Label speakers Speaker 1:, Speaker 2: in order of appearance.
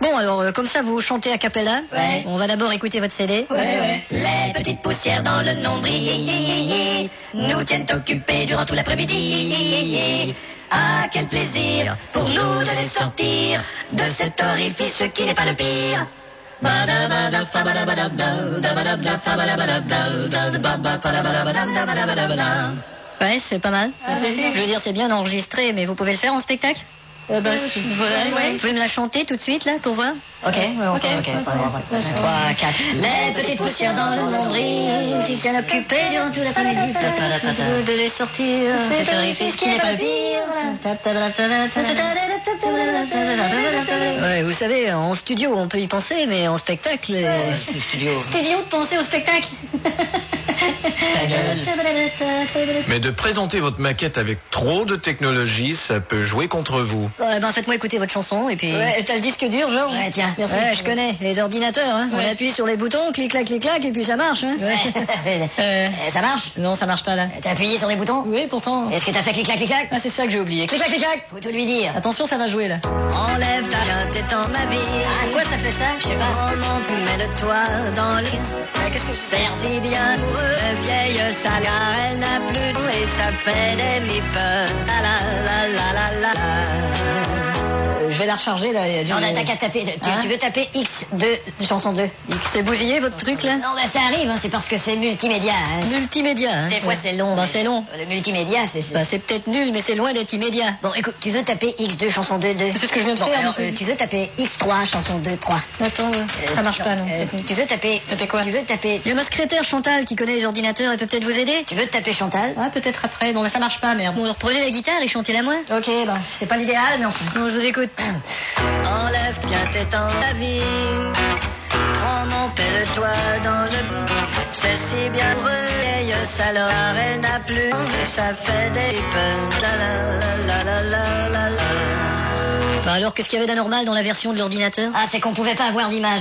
Speaker 1: Bon, alors, euh, comme ça, vous chantez a cappella.
Speaker 2: Ouais.
Speaker 1: On va d'abord écouter votre CD.
Speaker 2: ouais.
Speaker 3: Les petites poussières dans le nombril nous tiennent occupés durant tout l'après-midi. Ah, quel plaisir pour nous de les sortir de cet orifice qui n'est pas le pire.
Speaker 1: Ouais, c'est pas mal. Je veux dire, c'est bien enregistré, mais vous pouvez le faire en spectacle Euh, bah, Ouais, Vous pouvez me la chanter tout de suite, là, pour voir
Speaker 2: Ok, ouais, ok, ok. Trois, quatre.
Speaker 3: Les petites poussières dans le nombril qui tiennent occupés durant tout l'après-midi.
Speaker 1: De les sortir, cet orifice qui n'est pas le pire. Ouais, vous savez, en studio, on peut y penser, mais en spectacle... euh,
Speaker 2: Le studio.
Speaker 1: Studio, pensez au spectacle Ta gueule.
Speaker 4: Mais de présenter votre maquette avec trop de technologie, ça peut jouer contre vous.
Speaker 1: Ouais, ben faites-moi écouter votre chanson et puis. Ouais, t'as le disque dur, Georges Ouais, tiens, merci. Ouais, je connais les ordinateurs. Hein. On appuie sur les boutons, clic clac clic clac et puis ça marche. Hein. Ouais. Euh, ça marche Non, ça marche pas là. T'as appuyé sur les boutons Oui, pourtant. Est-ce que t'as fait clic clac clic clac Ah, c'est ça que j'ai oublié. Clic clac clic clac. Faut tout lui dire. Attention, ça va jouer là. Enlève ta tête dans ma vie. Ah, quoi ça fait ça Je sais pas. Mets-le toi dans le. Qu'est-ce que c'est si bien La vieille saga, elle n'a plus de et ça fait des mipes. La la la la la la. Je vais la recharger là.
Speaker 2: Non, là, t'as qu'à taper. Tu,
Speaker 1: Hein
Speaker 2: tu veux taper X2, chanson 2.
Speaker 1: C'est bousillé votre truc là
Speaker 2: Non, bah ça arrive, hein, c'est parce que c'est multimédia. hein.
Speaker 1: Multimédia. Hein.
Speaker 2: Des fois, c'est long.
Speaker 1: Bah,
Speaker 2: mais-
Speaker 1: c'est long.
Speaker 2: Le multimédia, c'est. c'est-
Speaker 1: Bah, c'est peut-être nul, mais c'est loin d'être immédiat.
Speaker 2: Bon, écoute, tu veux taper X2, chanson 2, 2.
Speaker 1: C'est ce que je viens de
Speaker 2: Bon,
Speaker 1: faire,
Speaker 2: alors,
Speaker 1: monsieur.
Speaker 2: euh, tu veux taper X3, chanson 2, 3.
Speaker 1: Attends,
Speaker 2: Euh,
Speaker 1: ça marche pas non.
Speaker 2: tu veux taper.
Speaker 1: Taper quoi
Speaker 2: Tu veux taper.
Speaker 1: Il y a ma secrétaire Chantal qui connaît les ordinateurs, elle peut peut-être vous aider
Speaker 2: Tu veux taper Chantal
Speaker 1: Ouais, peut-être après. Bon, mais ça marche pas, merde. Bon, reprenez la guitare et chantez-la moi.
Speaker 2: Ok, bah.
Speaker 1: C'est pas l'idéal, mais enfin. Bon, je vous écoute. Enlève bien tes temps ta vie. Prends mon pelle-toi dans le. C'est si bien vieille salope. Elle n'a plus envie, ça fait des Bah alors, qu'est-ce qu'il y avait d'anormal dans la version de l'ordinateur
Speaker 2: Ah, c'est qu'on pouvait pas avoir l'image.